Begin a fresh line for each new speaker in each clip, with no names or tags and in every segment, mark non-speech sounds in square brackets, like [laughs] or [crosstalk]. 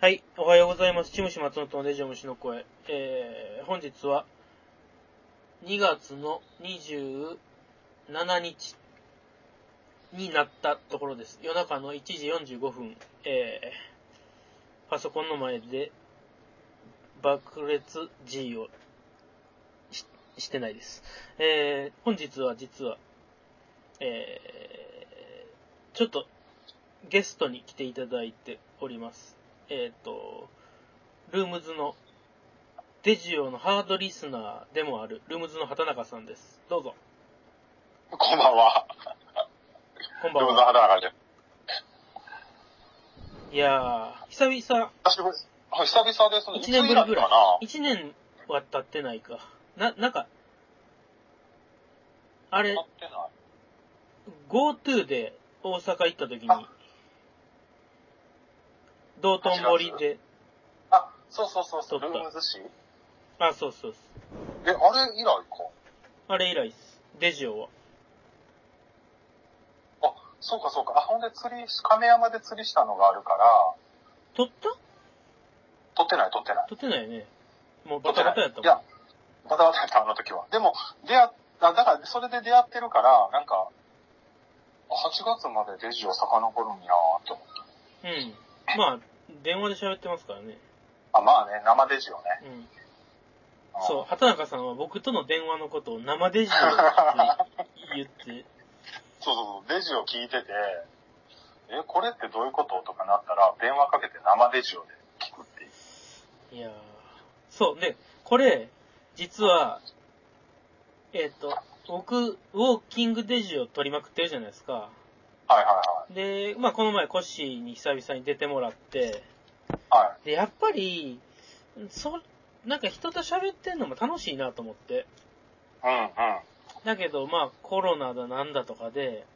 はい、おはようございます。チムシ松本のデジオムシの声。えー、本日は、2月の27日になったところです。夜中の1時45分、えー、パソコンの前で、爆裂 G をししてないです。えー、本日は実は、えー、ちょっとゲストに来ていただいております。えっ、と、ルームズのデジオのハードリスナーでもある、ルームズの畑中さんです。どうぞ。
こんばんは。
こん
ど
ば
うんぞ、
は。
肌中です。
いやー、久々、
久しぶり久々ですね。
1年ぶ
いつ以来
りぐら
か
い。1年は経ってないか。な、なんか、あ
な
れ
や、ってない。
GoTo で大阪行った時に
あ、
道頓堀で、
あ、そうそうそうそう、
撮
ル
った
ームズ市え、
あ、そうそうそう。
あれ以来か。
あれ以来です。デジオは。
あ、そうかそうか。あ、ほんで釣りし、亀山で釣りしたのがあるから、
撮った
撮ってない撮ってない。
撮ってないよね。もう
撮
バ
っ
タバタや
てない。
った
いや、バタバタやった、あの時は。でも、出会っあだから、それで出会ってるから、なんか、あ8月までデジを遡るんやーって思って。
もん。うん。まあ、電話で喋ってますからね。
あ、まあね、生デジをね。
うん。
うん
そう、畑中さんは僕との電話のことを生デジオって言って、
そうそうそう、レジを聞いてて、え、これってどういうこととかなったら、電話かけて生レジオで聞くっていう。
いやーそう、で、これ、実は、えっ、と、僕、ウォーキングデジを撮りまくってるじゃないですか。
はいは
で、まあ、この前コッシーに久々に出てもらって、
いはい。はい。
で、やっぱり、そ、なんか人と喋ってんのも楽しいなと思って。
うんうん。
だけど、まあ、コロナだなんだとかで、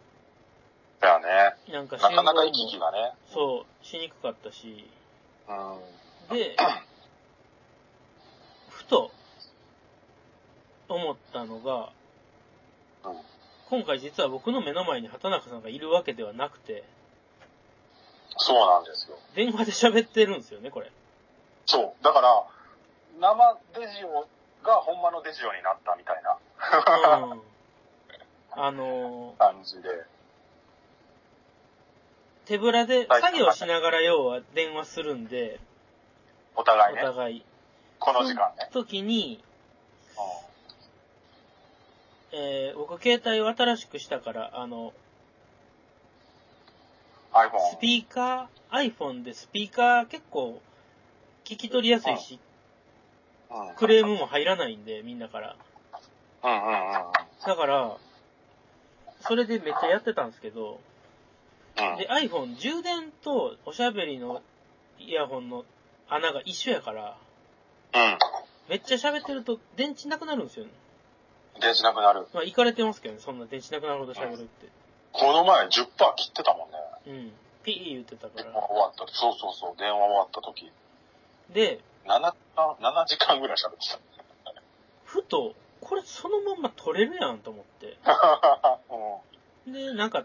だよね。
なんか
なかなか
も
行き来がね。
そう、しにくかったし、
うん。 [coughs]
で、ふと、思ったのが、
うん
今回実は僕の目の前に畑中さんがいるわけではなくて、
そうなんですよ。
電話で喋ってるんですよね、こ
[laughs]
れ。
そう。だから、生レジオがほんまのデジオになったみたいな
うん、あのー、
感じで。
手ぶらで
はい
作業しながら要は電話するんで、
お
お
互いね、
互い。
この時間ね。
その時に、
う
えー僕携帯を新しくしたから、あの、
ん。iPhone。
スピーカー、iPhone でスピーカー結構聞き取りやすいし、
うん
クレームも入らないんで、みんなから。
うんうんうんうん。
だから、それでめっちゃやってたんですけど、
うん。
で、iPhone 充電とおしゃべりのイヤホンの穴が一緒やから、
うん。
めっちゃ喋ってると電池なくなるんですよね。
電池なくなる。
まあ、いかれてますけどね、そんな電池なくなるほど喋るって。
この前10%切ってたもんね。
うん。ピー言ってたか
電
ら。
話終わった。そうそうそう、電話終わった時。
で、
7時間、7時間ぐらい喋ってた。 [laughs]
ふと、これそのまんま取れるやんと思って。
うん
で、なんか、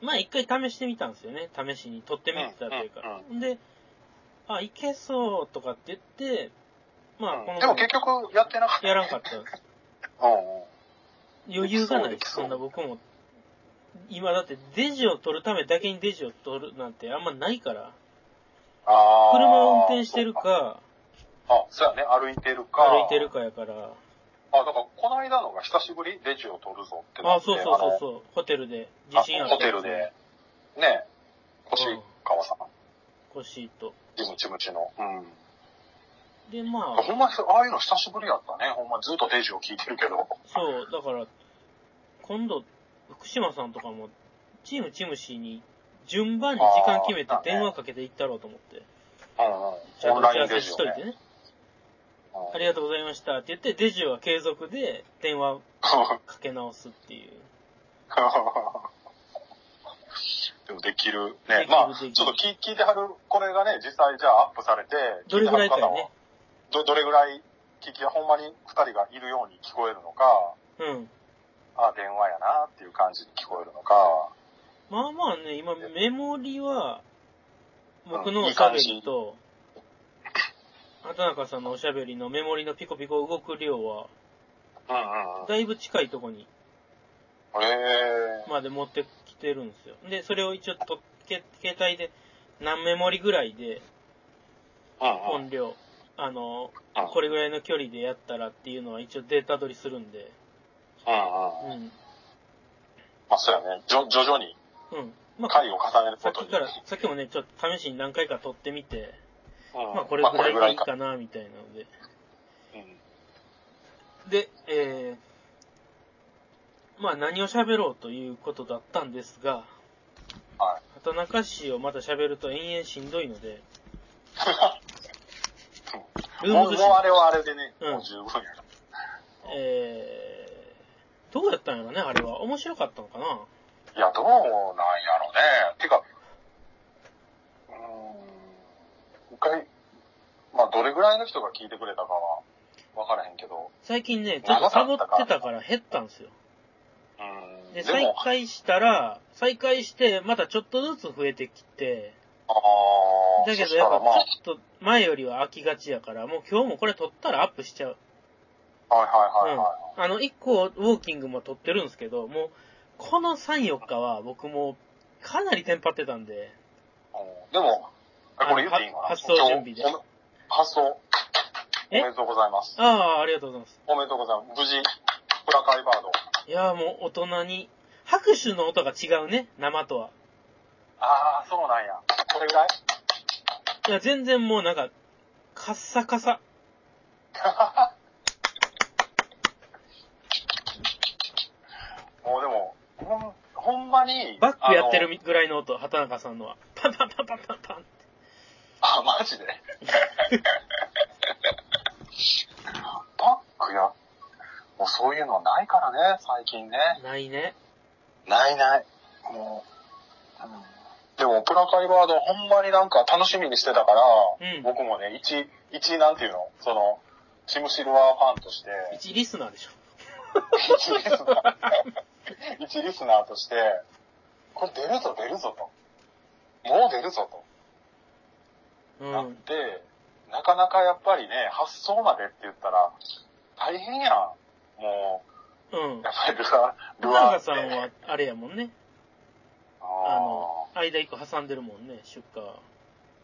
まあ一回試してみたんですよね。試しに撮ってみてたというか。で、あ、いけそうとかって言って、まあこの
でも結局やってなかった。
やらんかったんです。
うんうん。
余裕がない
で
で
き
す。
そう
そんな僕も。今だってデジを撮るためだけにデジを撮るなんてあんまないから。
あー
車を運転してる。か、
あ、そうやね。歩いてるか。
歩いてる。かやから。
あ、だからこの間のが久しぶりレジを取るぞってな
あ、
って。
そうそうそう
う。
そう。ホテルで、地
あ
震あ
ホテルで。。ね腰川さん。
コシーと。
ムチムチの。うん。
で、まあ。
ほんま、ああいうの久しぶりやったね。ほんまずっとデジを聞いてるけど。
そう、だから、今度、福島さんとかも、チームチムシーに、順番に時間決めて
あー
電話かけていったろうと思って、ち
うんう
ゃ
ん。
ん
オ
と
ン
打
ラ
ち合
イ
わ
ンデ
せ
ジ
し
を
といて
ね。
ね、
うん
ありがとうございましたって言って、デジは継続で電話
[laughs]
かけ直すっていう。
[laughs] でもできる
でき
ね。
る
まあ、
できる
ちょっと聞聞いてはる、これがね、実際じゃあアップされて、
どれぐらいか
聞
よ
てはる
ね。
方はどどれぐらい聞き、ほんまに二人がいるように聞こえるのか、
うん。
あ電話やなっていう感じに聞こえるのか、
まあまあね、今メモリは、僕の
うん
お
いい
しゃ
感
べ
じ
りと、畑中さんのおしゃべりのメモリのピコピコ動く量は、
うんうんうん。
だいぶ近いとこに
えー。
まで持ってきてるんですよ。で、それを一応と、け携帯で何メモリぐらいで
うんうん。
音量、あの、これぐらいの距離でやったらっていうのは一応データ取りするんで、
うん
う
うん。
ん。
まあそうやね。じょ徐々に
うん。まあ、
回を重ねる
さ
こ
っき
とに。
から、さっきもね、ちょっと試しに何回か撮ってみて、
うん
まあこれぐらい
まあ
がいいかな、みたいなので。
うん
で、えー、まあ何を喋ろうということだったんですが、
はい。
畑中氏をまた喋ると延々しんどいので、ルー
も
ム
う
ズ氏
もう、あれはあれでね、
うん
もう十分やな。
えー、どうやったんやろね、あれは。面白かったのかない
や、どうなんやろうね。てか、うーん、一回、まあ、どれぐらいの人が聞いてくれたかは、わからへんけど、
最近ね、ちょっとサボってたから減ったんですよ。
うーん、
で、
で
再
も、
開したら、再開して、またちょっとずつ増えてきて、
あー、
だけど
そし
や
た
っぱち
らまあ、はい
ょっと前よりは飽きがちやから、もう今日もこれ撮ったらアップしちゃう。
はいはいは
うん。あの、一個ウォーキングも撮ってるんですけど、もう、この3、4日は僕もうかなりテンパってたんで、
い。うんでも、あこれ言っていいか
あ
な
発送準備で
今日おめ発送、お
え
めでとうございます。
ああ、ありがとうございます。
おめでとうございます。無事、プラカイバード。
いやーもう大人に、拍手の音が違うね、生とは。
あー、そうなんや。これぐらい
いや、全然もうなんか、カッサカサ。
もうでも、ほん、ほんまに、
バックやってるぐらいの音、畑中さんのは。パンパンパンパンパンパン。
あ、マジでバックや、もうそういうのないからね、最近ね。
ないね。
ないない。もう、うんでも、プラカイバードほんまになんか楽しみにしてたから、
うん
僕もね、一、一なんていうのその、シムシルワーファンとして、
一リスナーでしょ。
一リ
[laughs]
スナー、一リスナーとして、これ出るぞ出るぞと。もう出るぞと。
う
なっ
ん。
て、なかなかやっぱりね、発想までって言ったら、大変やん。も
うん
う、や。っぱりルアー、
畑
ルア
中
ーって。
さんは、あれやもんね。あの
あ、
間一個挟んでるもんね、出荷は。
ー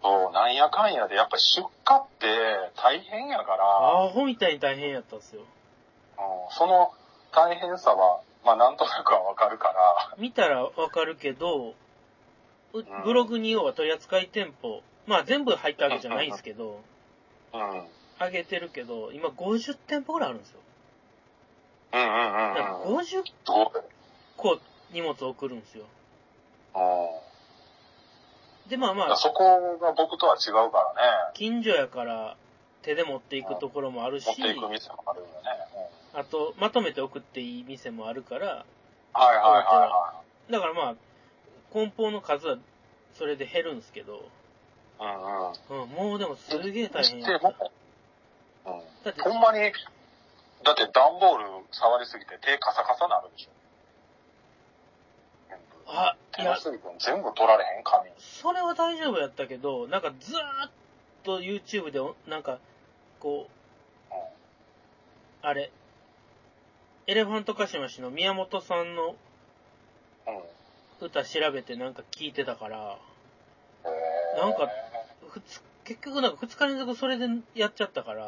そう、なんやかんやで、やっぱり出荷って大変やから、
アホみたいに大変やったんですよ。
うんその大変さは、まあなんとなくはわかるから、
見たらわかるけど、う
うん
ブログに要は取り扱い店舗、まあ全部入ったわけじゃないんですけど、
うん。うん
上げてるけど、今50店舗ぐらいあるんですよ。
うん
だから
うんうん。
50
どう
個荷物送るんですよ。
うん
で、まあま
だから
あ、
そこが僕とは違うからね。
近所やから手で持っていくところもあるし
持っ、ていく店もあるよね。うん
あと、まとめて送っていい店もあるから、
はいはいは
だからまあ、梱包の数はそれで減るんですけど、
いはい。うんうん。
うん、もうでもすげえ大変や
で
った。
も、うん。
だって、
ほんまに、だって段ボール触りすぎて手カサカサなるでしょ。
あ、い
手の
や、
水分全部取られへん紙。
それは大丈夫やったけど、なんかずーっと YouTube でお、なんか、こう、あれ、エレファントカシマシの宮本さんの
うん。
歌調べてなんか聞いてたから、
え
なんかふつ結局なんか2日連続それでやっちゃったから、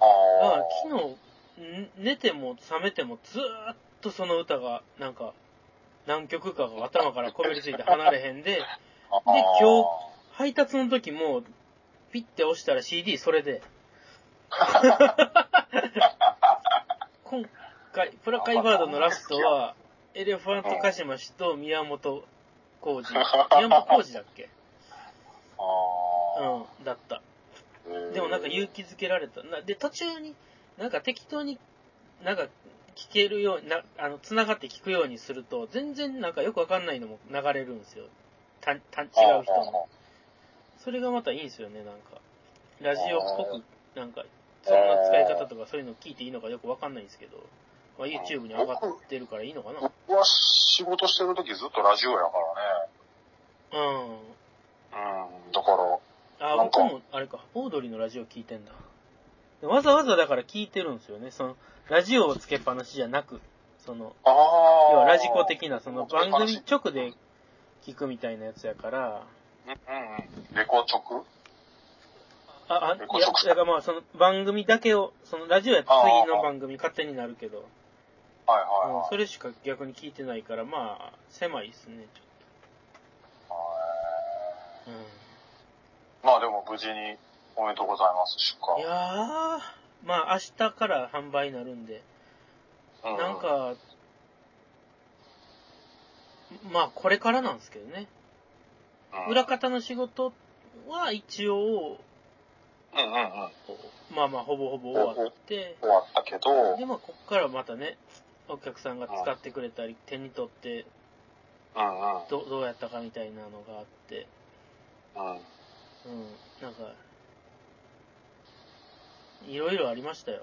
あ
だか
あ
ら。昨日、ん寝ても覚めてもずーっとその歌が、なんか、何曲かが頭からこびりついて離れへんで、
あー
で今配達の時も、ピッて押したら CD それで。今回、プラカイバードのラストは、エレファントカシマシと宮本浩二。宮本浩二だっけ
あ
うん、だった。
ー
でもなんか勇気づけられた。なで、途中に、なんか適当に、なんか聞けるように、な、あの、繋がって聞くようにすると、全然なんかよくわかんないのも流れるんですよ。た、た、違う人の。それがまたいいんですよね、なんか。ラジオっぽく、なんか、そんな使い方とかそういうの聞いていいのかよくわかんないんですけど、まあ、YouTube に上がってるからいいのかな。
僕は仕事してる時ずっとラジオやから
うん。
ね。うん。だから、
あ、
なん
僕
か
人も、あれか、オードリーのラジオ聞いてんだ。わざわざだから聞いてるんですよね。その、ラジオをつけっぱなしじゃなく、その、
ああ。
要はラジコ的な、その番組直で聞くみたいなやつやから、
うんうんうん。レコ直
あ、あ、い
レコ
や、
直
だからまあ、その番組だけを、そのラジオやったら次の番組勝手になるけど、
はいはい
うん
はい。
それしか逆に聞いてないから、まあ、狭いですね、ち
は
ょっと。うん
いまあでも無事におめでとうございます、出
い
荷。
やー、まあ明日から販売になるんで、
う
なん、か、まあこれからなんですけどね。
うん
裏方の仕事は一応、
うんうんうん。
まあまあほぼほぼ終わって、
終わったけど、うん。
でまあこっからまたね、お客さんが使ってくれたり、手に取って
うんうん。
どどうやったかみたいなのがあって、
うん。
うん、なんか、いろいろありましたよ。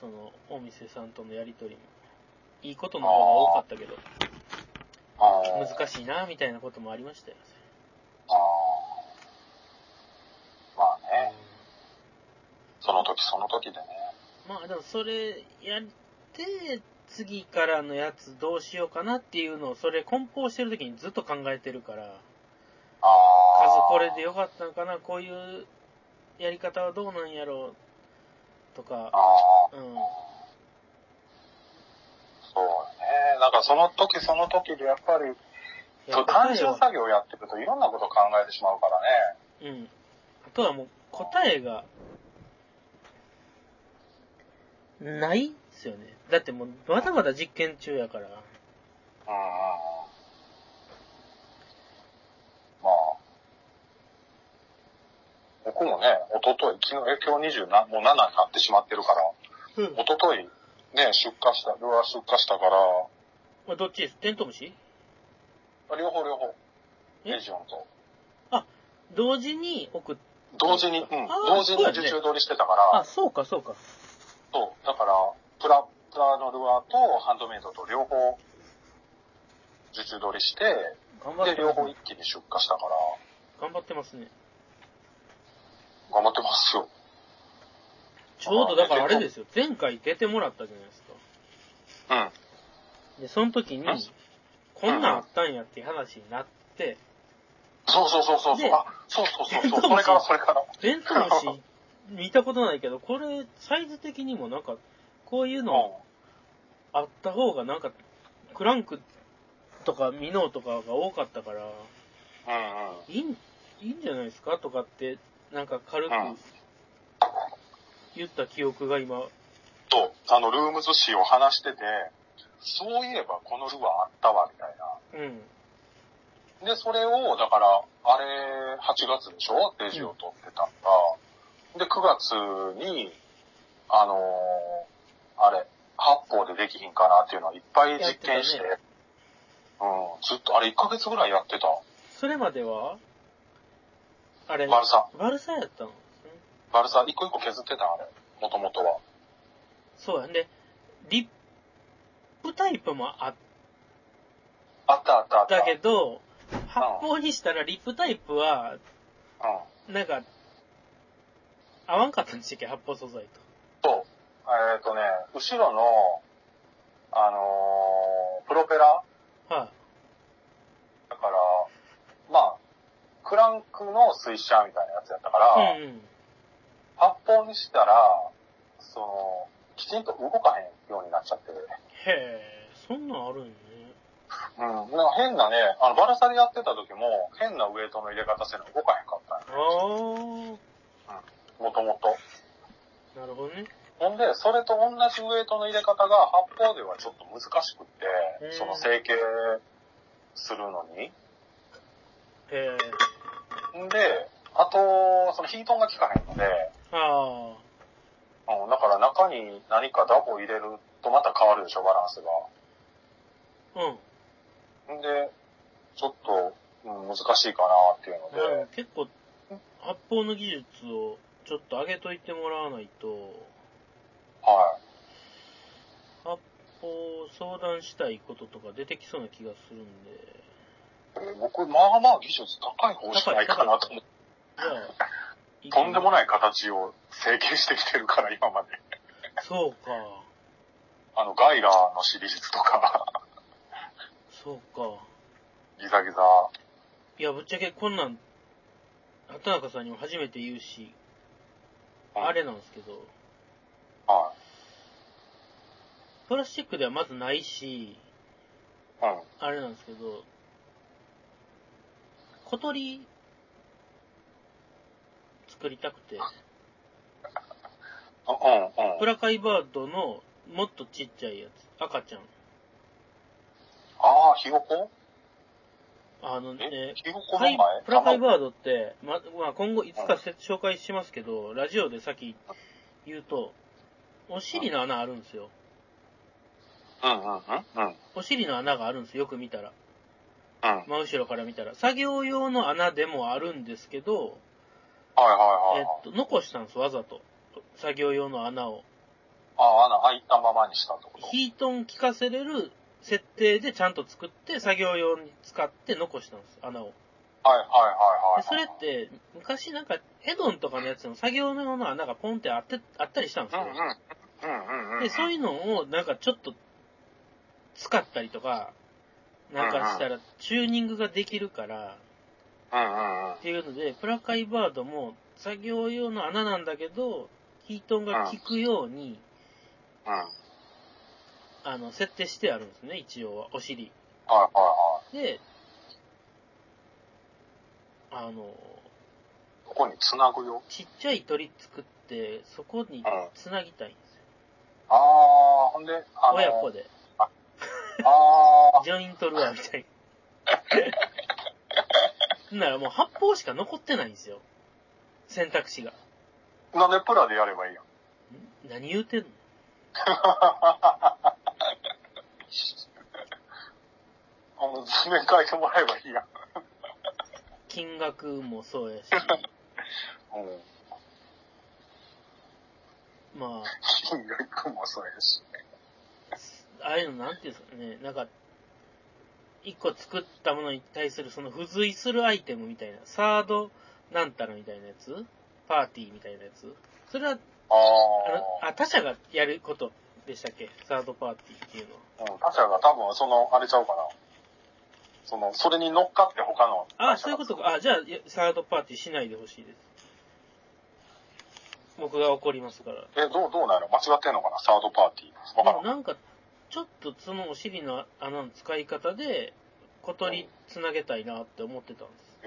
その、お店さんとのやりとりも。いいことの方が多かったけど、
ああ。
難しいな、みたいなこともありましたよ。
ああ。まあね、その時その時でね。
まあでもそれやって、次からのやつどうしようかなっていうのを、それ梱包してる時にずっと考えてるから、
あ
数
あ。
これでよかったのかな、こういうやり方はどうなんやろう、とか、
あ
う
あ。
ん、
そうね。なんかその時その時でやっぱり、そう単純作業やってるといろんなこと考えてしまうからね。
うん。あとはもう答えが、ないっすよね。だってもうまだまだ実験中やから。
うんうんうん。まあ。僕もね、おととい、昨日、え今日27、もう7になってしまってるから、
うん
おととい、ね、出荷した、両足出荷したから、
まあ、どっちですテントウムシ
あ両方両方。
え
レジオンと。
同時に送っ
同時に、うん
あー、
同時に
そうやね
受注取りしてたか
あ、
ら、
そうかそうか。
そう、だから、プラ、プラのルアーとハンドメイドと両方、受注取りして、
頑張っ
で、
て
両
ま
方
す
一
ね。
気に出荷したから、
頑張ってますね。
頑張ってますよ。
ちょうどだからあれですよ。前回出てもらったじゃないですか。
うん。
で、その時に
うん、
こんなんあったんやっていう話になって、
そうそうそうそうそう。
ね
あ、そうそうそう [laughs] そう。
で
それからそれから。
テントウムシ見たことないけど、これサイズ的にもなんか、こういう
うん。
のあった方がなんか、クランクとかミノーとかが多かったから、
うんうん。
いいん、いいんじゃないですかとかって、なんか軽く
うん
言った記憶が今、
と、あの、ルームズ誌を話してて、そういえばこのルアーあったわ、みたい
うん。
な。で、それを、だから、あれ、8月でしょレジを取ってたから。で、9月に、あのーあれ、八方でできひんかなっていうのはいっぱい実験して、
や
うん、ずっと、あれ1ヶ月ぐらいやってた。
それまでは、あれ、
バルサ、
バルサやったの
バルサ一個一個削ってた、あれ。もともとは。
そうやんで、リップタイプもあっ
あったあったあった。
たけど、発泡にしたらリップタイプは、
うん。
なんか、合わんかったんでしたっけ発泡素材と。
そう。えっ、とね、後ろの、あのープロペラ
はい、
だから、まあ、クランクの水車みたいなやつやったから、
うんうん。
発砲にしたら、その、きちんと動かへんようになっちゃってる。
へえ、そんなんあるんね。
うん。なんか変なね、あの、バラサでやってた時も、変なウェイトの入れ方せな動かへんかっ
ああ、
たもともと。
なるほどね。
ほんで、それと同じウェイトの入れ方が発泡ではちょっと難しく
へ
て
ー、
その成形するのに。
へえ、
で、あと、そのヒートンが効かへんので、
あ
うん、だから中に何かダボ入れるとまた変わるでしょ、バランスが。
あ、うん。
んで、ちょっと、うん、難しいかなっていうの
まあでも
で、
結構、発泡の技術をちょっと上げといてもらわないと、
はい。
発泡相談したいこととか出てきそうな気がするんで、
僕、まあまあ技術高い方しかないかなと思って。
じゃあ、い
[laughs] とんでもない形を成形してきてるから、今まで。
そうか。
あの、ガイラーのシリーズとか、 [laughs]
そうか。
ギザギザ。
いや、ぶっちゃけこんなん、畑中さんにも初めて言うし、
うん
あれなんですけど、
は
プラスチックではまずないし、
い。うん。
あれなんですけど、小鳥、作りたくて、
あうん、う
プ
ん。
ラカイバードのもっとちっちゃいやつ、赤ちゃん。
ああ、ひよこ
あのね
え、ひよこの
は
前
い、プラカイ
卵
バードって、ま、まあ、今後いつかせ紹介しますけど、ラジオでさっき言うと、お尻の穴あるんですよ。
うん、うん、うん、うん。
お尻の穴があるんですよ、よく見たら。
うん。はい、はい、
真後ろから見たら。作業用の穴でもあるんですけど、
はい
え
はい。
っと、残したんです、わざと。作業用の穴を。
ああ、穴開いたままにしたってこと
ヒートン効かせれる設定でちゃんと作って、作業用に使って残したんです、穴を。
はい、はい、はい、は
で
い。
それって、昔なんか、エドンとかのやつの作業用の穴がポンってあって、あったりしたんです
うん、
よ。
うん、うん、うん、うん。
で、そう
う
いうのを、なんかちょっと、使ったりとか、なんかしたら、チューニングができるから、
ん。うん、うん、うん
っ。ていうので、プラカイバードも、作業用の穴なんだけど、ヒートンが効くように、
うん。はい、
あの、設定してあるんですね、一応は、お尻。
はい、はい。
で、あの、
ここに繋ぐよ。
ちっちゃい鳥作って、そこに繋ぎたいんですよ。
ああ、ほんで、あの、
親子で。
ああ、
ジョイントルアーみたいな。ならもう発泡しか残ってないんですよ。選択肢が。ん
なんでプラでやればいいやん。 [laughs]
何言うてんの
あの、図面書いてもらえばいいやん。
金額もそうやし、
[laughs] うん。
ま
金額もそうやし。
あ、ああいうのなんていうんですかね、なんか、一個作ったものに対するその付随するアイテムみたいな、サードなんたらみたいなやつパーティーみたいなやつそれは、
あ
あ
あ
の、あ、他者がやることでしたっけサードパーティーっていうのは。
うん、他社が多分、その、あれちゃうかな。その、それに乗っかって他の。
あ、そういうことか。あ、じゃあ、いやサードパーティーしないでほしいです。僕が怒りますから。
え、どう、どうなの間違ってんのかなサードパーティー。わからん。
なんか、ちょっとそのお尻の穴の使い方で、小鳥つなげたいなって思ってたんです。
え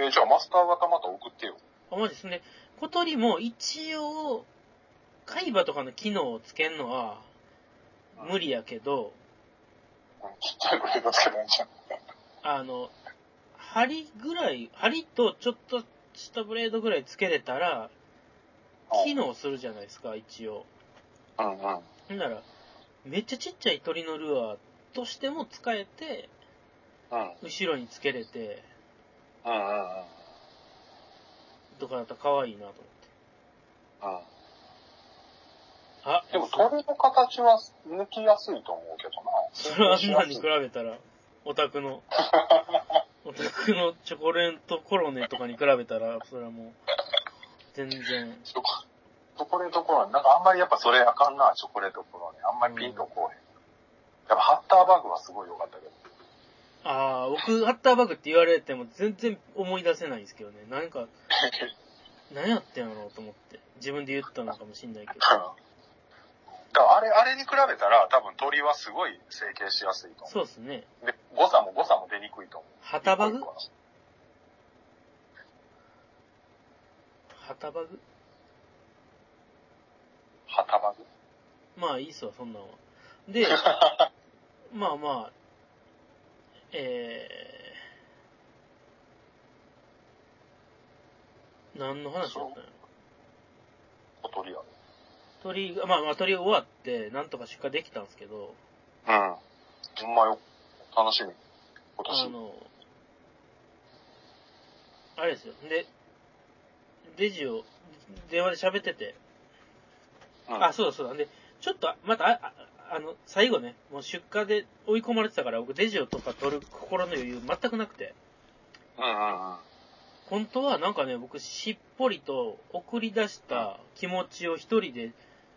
ー、えーじゃあマスター型また送ってよ。
あ、まじですね。小鳥も一応、海馬とかの機能をつけんのは無理やけど、
うんちっちゃい声出すけどいいんじゃん。
あの、針ぐらい、針とちょっとしたブレードぐらいつけれたら、機能するじゃないですか、一応。
うんうん。うん。
ほんなら、めっちゃちっちゃい鳥のルアーとしても使えて、
うん
後ろにつけれて、
うんうんうん。
とかだったら可愛いなと思って。
うん。
あ、
でも鳥の形は抜きやすいと思うけどな。
それはあんなに比べたら、オタクの、オタクのチョコレートコロネとかに比べたら、それはもう、全然、
チョコチョコレートコロネ。なんかあんまりやっぱそれあかんな、チョコレートコロネ。あんまりピンとこうへん。やっぱハッターバグはすごい良かったけど。
ああ、僕、ハッターバグって言われても全然思い出せないんですけどね。なんか、何やってんやろうと思って。自分で言ったのかもしんないけど。
だからあれ、あれに比べたら多分鳥はすごい成形しやすいと思
そうですね。
う。で、誤差も誤差も出にくいと思う。
ハタバグ
一個一個は
ハタバグ
ハタバグ
まあいいっすわ、そんなんは。で、まあまあ、えー、何の話だったんやろ
小鳥や
鳥が、まあまあ鳥終わって、なんとか出荷できたんですけど、
うん。ほんまよ。楽しみ。今
あ
年。
の、あれですよ。で、レジを、電話で喋ってて、
うん
あ、そうだそうだ。で、ちょっと、また、あ、ああの、最後ね、もう出荷で追い込まれてたから、僕、デジオとか取る心の余裕全くなくて。
うんうんうん。
本当はなんかね、僕、しっぽりと送り出した気持ちを一人で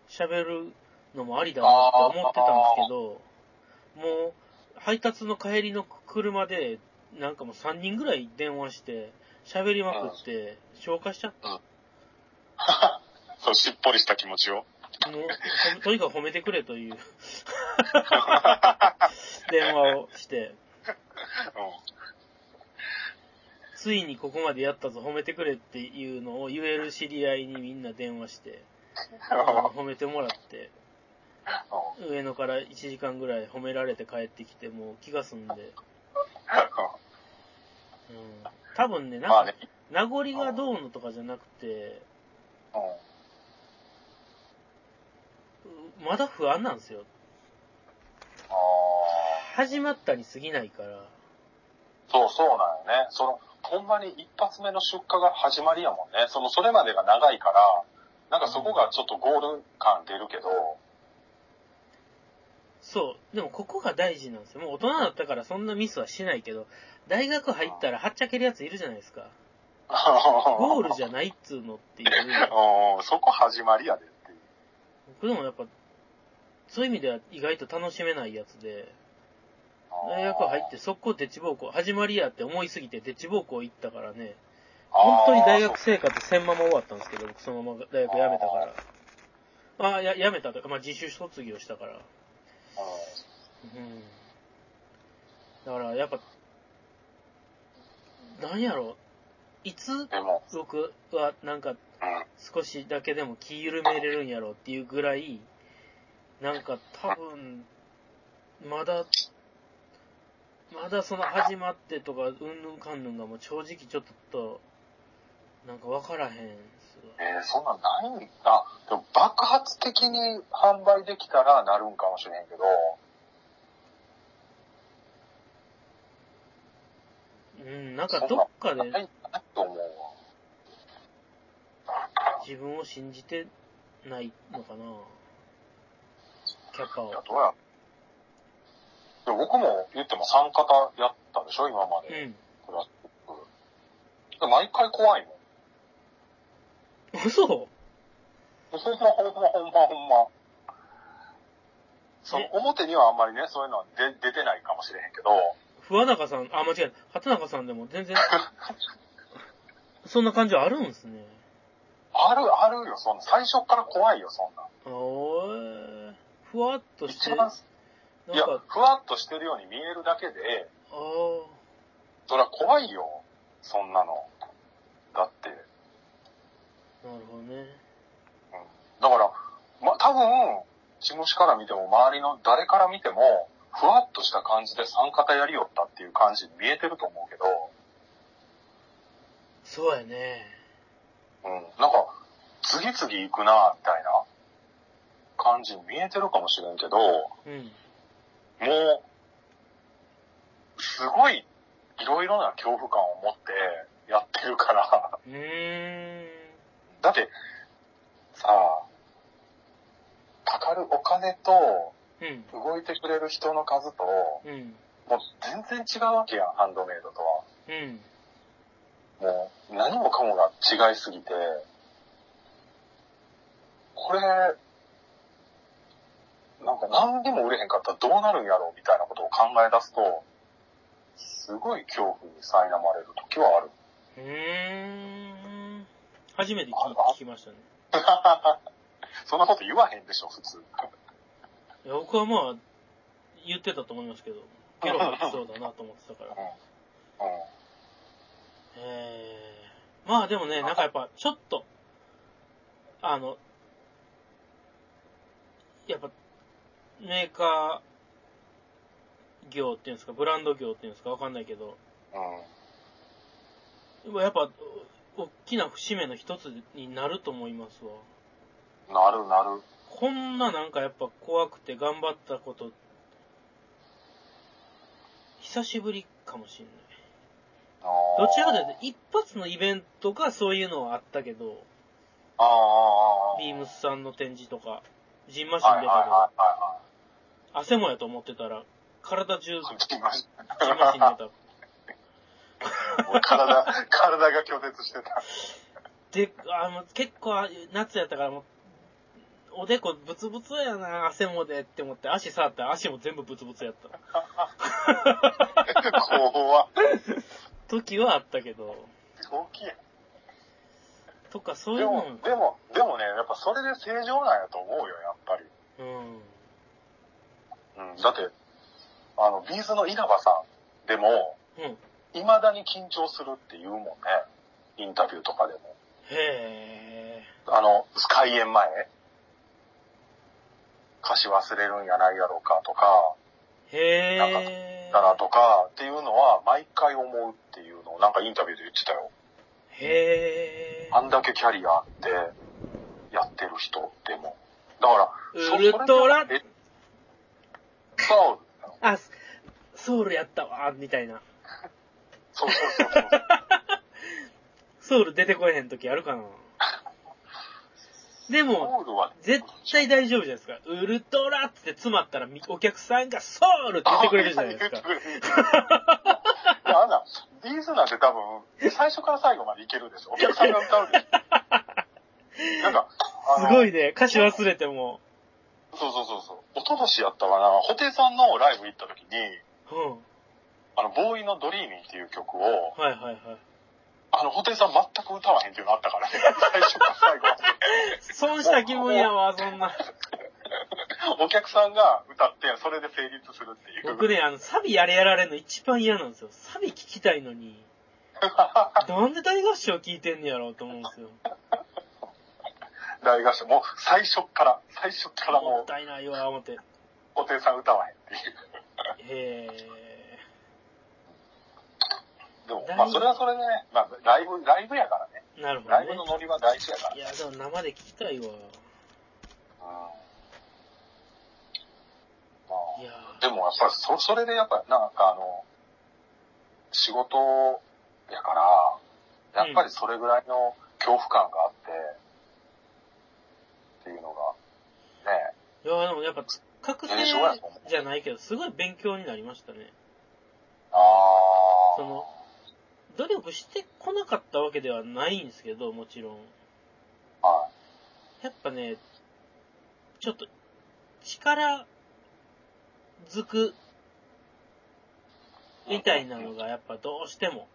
喋るのもありだなって思ってたんですけど、もう、配達の帰りの車で、なんかもう3人ぐらい電話して、喋りまくって、消化しちゃっ
そう、しっぽりした気持ちを。
た。もう、ほんとにかく褒めてくれという [laughs] 電話をして、 [laughs]
う
ついにここまでやったぞ、褒めてくれっていうのを言える知り合いにみんな電話して、あの褒めてもらって、
ん。
上野から1時間ぐらい褒められて帰ってきて、もう気が済んで、うん、多分ね、なん
まあ
か
ね、
名残がどうのとかじゃなくて、
うん。
うまだ不安なんですよ。
あー
始まったに過ぎないから、
そうそうなんよね。その、ほんまに一発目の出荷が始まりやもんね。その、それまでが長いから、なんかそこがちょっとゴール感出るけど、
そう、でもここが大事なんですよ。もう大人だったからそんなミスはしないけど、大学入ったらはっちゃけるやついるじゃないですか。ゴ
ゴ
ールじ
ゃん。
ゃないっつうのっていう。
[laughs] うんそこ始まりやでっていう。
僕でもやっぱ、そういう意味では意外と楽しめないやつで、大学入って速攻デッチ暴行、始まりやって思いすぎてデッチ暴行行ったからね、
あー、
本当に大
あー
学生活千まま終わったんですけど、僕そのまま大学辞めたから。ああ、や、辞めたというか、まあ、自主卒業したから。
そううん
うん。だから、やっぱ、なんやろ、いつ
でも、
僕はなんか
うん。
少しだけでも気緩めれるんやろっていうぐらい、なんか多分、まだ、まだその始まってとか、うんぬんかんぬんがもう正直ちょっと、なんかわからへんっすわ。
えー、そんなんないんだ。でも爆発的に販売できたらなるんかもしれへんけど、
うん、なんかどっかで
ないんかなと思うわ。
自分を信じてないのかなキャパを
いや。どうやでも僕も言っても3型やったでしょ今ま
う
で。
ん。
クラシックで毎回怖いもん。
嘘
ほんまほんまほんまほんま。その
え
表にはあんまりね、そういうのは出出てないかもしれへんけど、
不中さん、あ、間違えた。畑中さんでも全然、そんな感じはあるんですね。
あるあるよ、そんな。最初から怖いよ、そんな。
あおーふわっとして、
一
なん
番
か、、
いや
あ、
ふわっとしてるように見えるだけで、
ー
そりゃ怖いよ、そんなの。だって。
なるほどね。
うんだから、ま、多分、地主から見ても、周りの誰から見ても、ふわっとした感じで三方やりよったっていう感じに見えてると思うけど、
そうやね。
うん、なんか、次々行くな、みたいな感じに見えてるかもしれんけど、も
うん。
う、すごい、いろいろな恐怖感を持ってやってるから、
うーん。
だって、さあ、かかるお金と、
うん。
動いてくれる人の数と、
うん。
もう全然違うわけやん、ハンドメイドとは。
うん。
もう何もかもが違いすぎて、これ、なんか何でも売れへんかったらどうなるんやろうみたいなことを考え出すと、すごい恐怖に苛まれる時はある。
うーん。初めて聞
あら
聞きましたね。
そんなこと言わへんでしょ、普通。
いや、僕はまあ、言ってたと思いますけど、ゲロ吐きそうだなと思ってたから。
う
えー、まあでもね、なんかやっぱ、ちょっと、あの、やっぱ、メーカー業っていうんですか、ブランド業っていうんですか、わかんないけど、
ん。うん。
やっぱ、大きな節目の一つになると思いますわ。
なるなる。
こんななんかやっぱ怖くて頑張ったこと、久しぶりかもしれない。どちらかというと、一発のイベントがそういうのはあったけど、
あーあーあー。
ビーム
ス。
スさんの展示とか、ジンマシン
はい
出
はい
たけど、
はいは
汗もやと思ってたら、体中、ジン
いはい。
マシン出た。
もう体、 [laughs] 体が拒絶し
[laughs]
てた。
で、あの、結構夏やったからもう、おでこブツブツやな、汗もでって思って、足触ったら足も全部ブツブツやった。
怖っ。
時はあったけど、
大きい。
とかそうい
で
うの
も
も、、
でも、でもね、やっぱそれで正常なんやと思うよ、やっぱり。
うん。
うん。だって、あの、ビーズの稲葉さんでも、
うん。
未だに緊張するって言うもんね。インタビューとかでも。
へえ。
あの、開演前。歌詞忘れるんやないやろうかとか、
へえ。
だなとか、っていうのは毎回思うっていうのをなんかインタビューで言ってたよ。
へえ。
あんだけキャリアでやってる人でも。だから、そ
ウルトラ
それでえそう、
あ、スソウルやったわ、みたいな。
そうそうそう
[laughs]
そう。
ソウル出てこえへん時あるかな。でも、
ソウルは、
絶対大丈夫じゃないですか。ウルトラっつって詰まったら、みお客さんがソウルって言ってくれるじゃない
[laughs]
です
あ
か。
言ってくれるいやあんな、ビーズなんて多分、最初から最後までいけるんですよ。お客さんが歌うでしょ。なんか、あ
す
の
ごいね。歌詞忘れても。
そうそうそうそう。おととしやったかな、布袋さんのライブ行った時に、
うん。
あの、ボーイのドリーミーっていう曲を、
はいはいはい。
あの、布袋さん全く歌わへんっていうのあったからね。 [laughs] 最初から最後ま
損した気分やわ、そんな。
で。お客さんが歌って、それで成立するっていう。
僕ね、あの、サビやれやられんの一番嫌なんですよ。サビ聞きたいのに。なんで大合唱聞いてんねやろうと思うんですよ。
大合唱、もう最初から、最初から
も
も
っ
う、
たいないわ、思って。
布袋さん歌わへんっていう。
へ
でも
ライ、ブ
まあ、それはそれでね、まあ、ライブ、ライブやからね。
ー。なるほど
ライ
ね
ブの。ノリは大事やから
い。や、でも生で聞きたいわ。
うん
いや
まあ、でも、やっぱり、そ、それでやっぱ、なんかあの、仕事やから、やっぱりそれぐらいの恐怖感があって、っていうのが、ね、
いや、でもやっぱ、覚醒
印象やと思う。
じゃないけど、すごい勉強になりましたね。
ああ。
その努力してこなかったわけではないんですけど、もちろん。
は
やっぱね、ちょっと、力づく
い。
みたいなのがやっぱどうしても、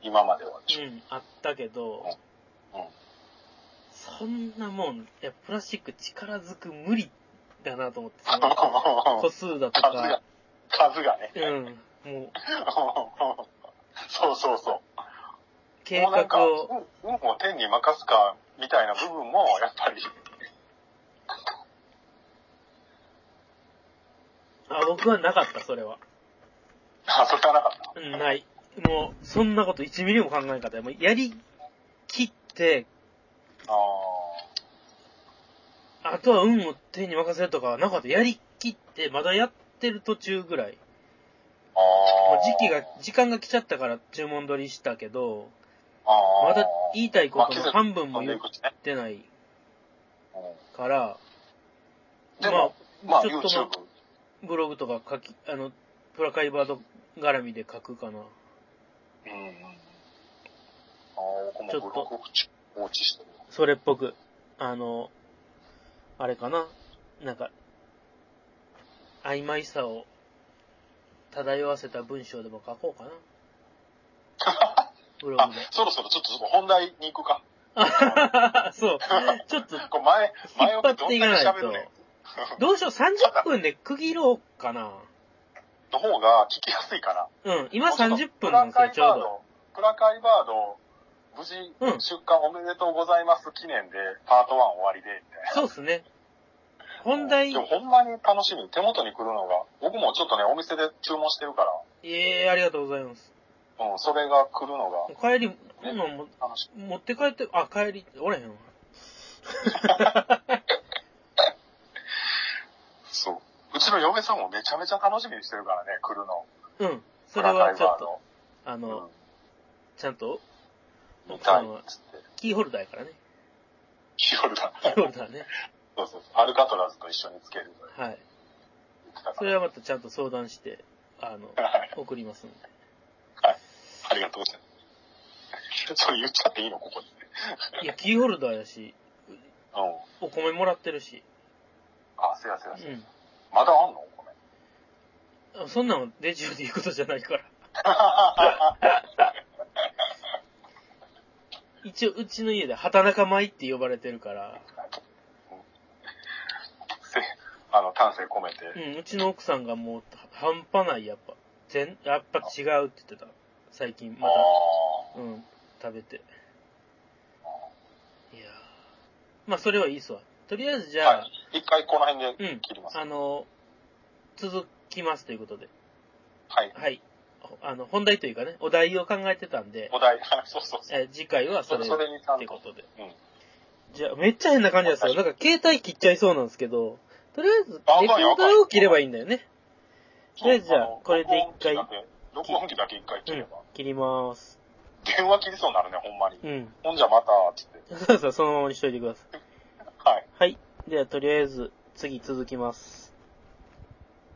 今まではでし
う
ょ。
ん、あったけど、
うん。
そんなもん、いや、プラスチック力づく無理だなと思って、その個
数
数だと
が
か、、
数がね。
うん、もう、
そうそうそう。
計
もうなんか、
画を、
うん、運を天に任すか、みたいな部分も、やっぱり、
あ、僕はなかった、それは。
あ、それはなかった。
うん、ない。もう、そんなこと1ミリも考え方もうやりきって、
あ
あとは運を手に任せるとかはなかった。やりきって、まだやってる途中ぐらい。
あ。あ
もう
あ。
時期が、時間が来ちゃったから注文取りしたけど、
ああ。
まだ言いたいこと
ま
の
あ
半分も
飛んで
言
い
っ
くしね。
てない
うん
から、
でも、まあ、
ちょっと
YouTube。
ブログとか書き、あの、プラカイバード絡みで書くかな。
うんうんうん。ああ、僕も
ちょ
ブ
っと
ログを放置してる。
それっぽく。あの、あれかななんか、曖昧さを漂わせた文章でも書こうかな。
[laughs]
ブロ
あ
グで、 [laughs]
そろそろちょっとそこ本題に行くか。。
そう。ちょっと
これ前、
引
前
っ
置
張っ
きど
てい
ん
か
だ
な
け
い
喋
と
るね。。
どうしよう、30分で区切ろうかな。
の方が聞きやすいかな。
うん、今
もうちょっと
30分なんですよ、ちょうど。
プラカイバード、プラカイバード、
う
無
ん
事出荷おめでとうございます記念で、パート1終わりで、みたいな。
そうですね。本題、
でもほんまに楽しみ。手元に来るのが、僕もちょっとね、お店で注文してるか
ええありがとうございます。
ら、うん、それが来るのが
帰り、こんなんも
楽し
持って帰って、あ、帰り、おらへんわ。
み。そう。うちの嫁さんもめちゃめちゃ楽しみにしてるからね、来るの。
うん。そ
プ
れ
ラカ
は
イ
ちょっ
バー
と、
ド。
あ
う
の、
ん
ちゃんと、
見
奥
た
さ
い
ん
っ
は
つって。
キーホルダーやからね。
キーホルダ
キー
ー。
ホルダーね。
そうそうそう。アルカトラズと一緒につけると
はい。
言 [laughs] ってた
そ
から。
れはまたちゃんと相談して、あの、
はい
送りますんで。
ありがどうしたそれ言っちゃっていいのここに。
いや、キーホルダーやし、
うん。
お米もらってるし。
あ、せやせやせや。
うん。
まだあんのお米。
あそんなのレジオで言うことじゃ
[laughs]
ないから。一応、うちの家で畑中米って呼ばれてるから、
せあの、丹精込め
う
て。
ん、うちの奥さんがもう、半端ない、やっぱ。全、やっぱ違うって言ってた。最近、
あ
ま
あ
だ、うん、食べて。いやーまあ、それはいいっすわ。とりあえず、じ
ー。
ゃあ、
はい。一回この辺
う
で
ん
切ります。
あの、続きますということで。
はい。
はい。あの、本題というかね、お題を考えてたんで、
お題、 [laughs] そうそうそう。
えー次回はそ
そ
れ
れ
っ
にちゃん。
てこととで。
うん。
じゃあ、めっちゃ変な感じなんですよ。なんか携帯切っちゃいそうなんですけど、とりあえず、レ
あ
コーダーを切ればいいんだよね。とりあえずじゃあ
そうの
これで一回
録音機だけ録音機だけ一回切れば。
切りまーす。
電話切りそうになるね、ほんまに。
うん。
ほんじゃまた、つって。
そうそう、そのままにしといてください。
はい。
はい。では、とりあえず、次続きます。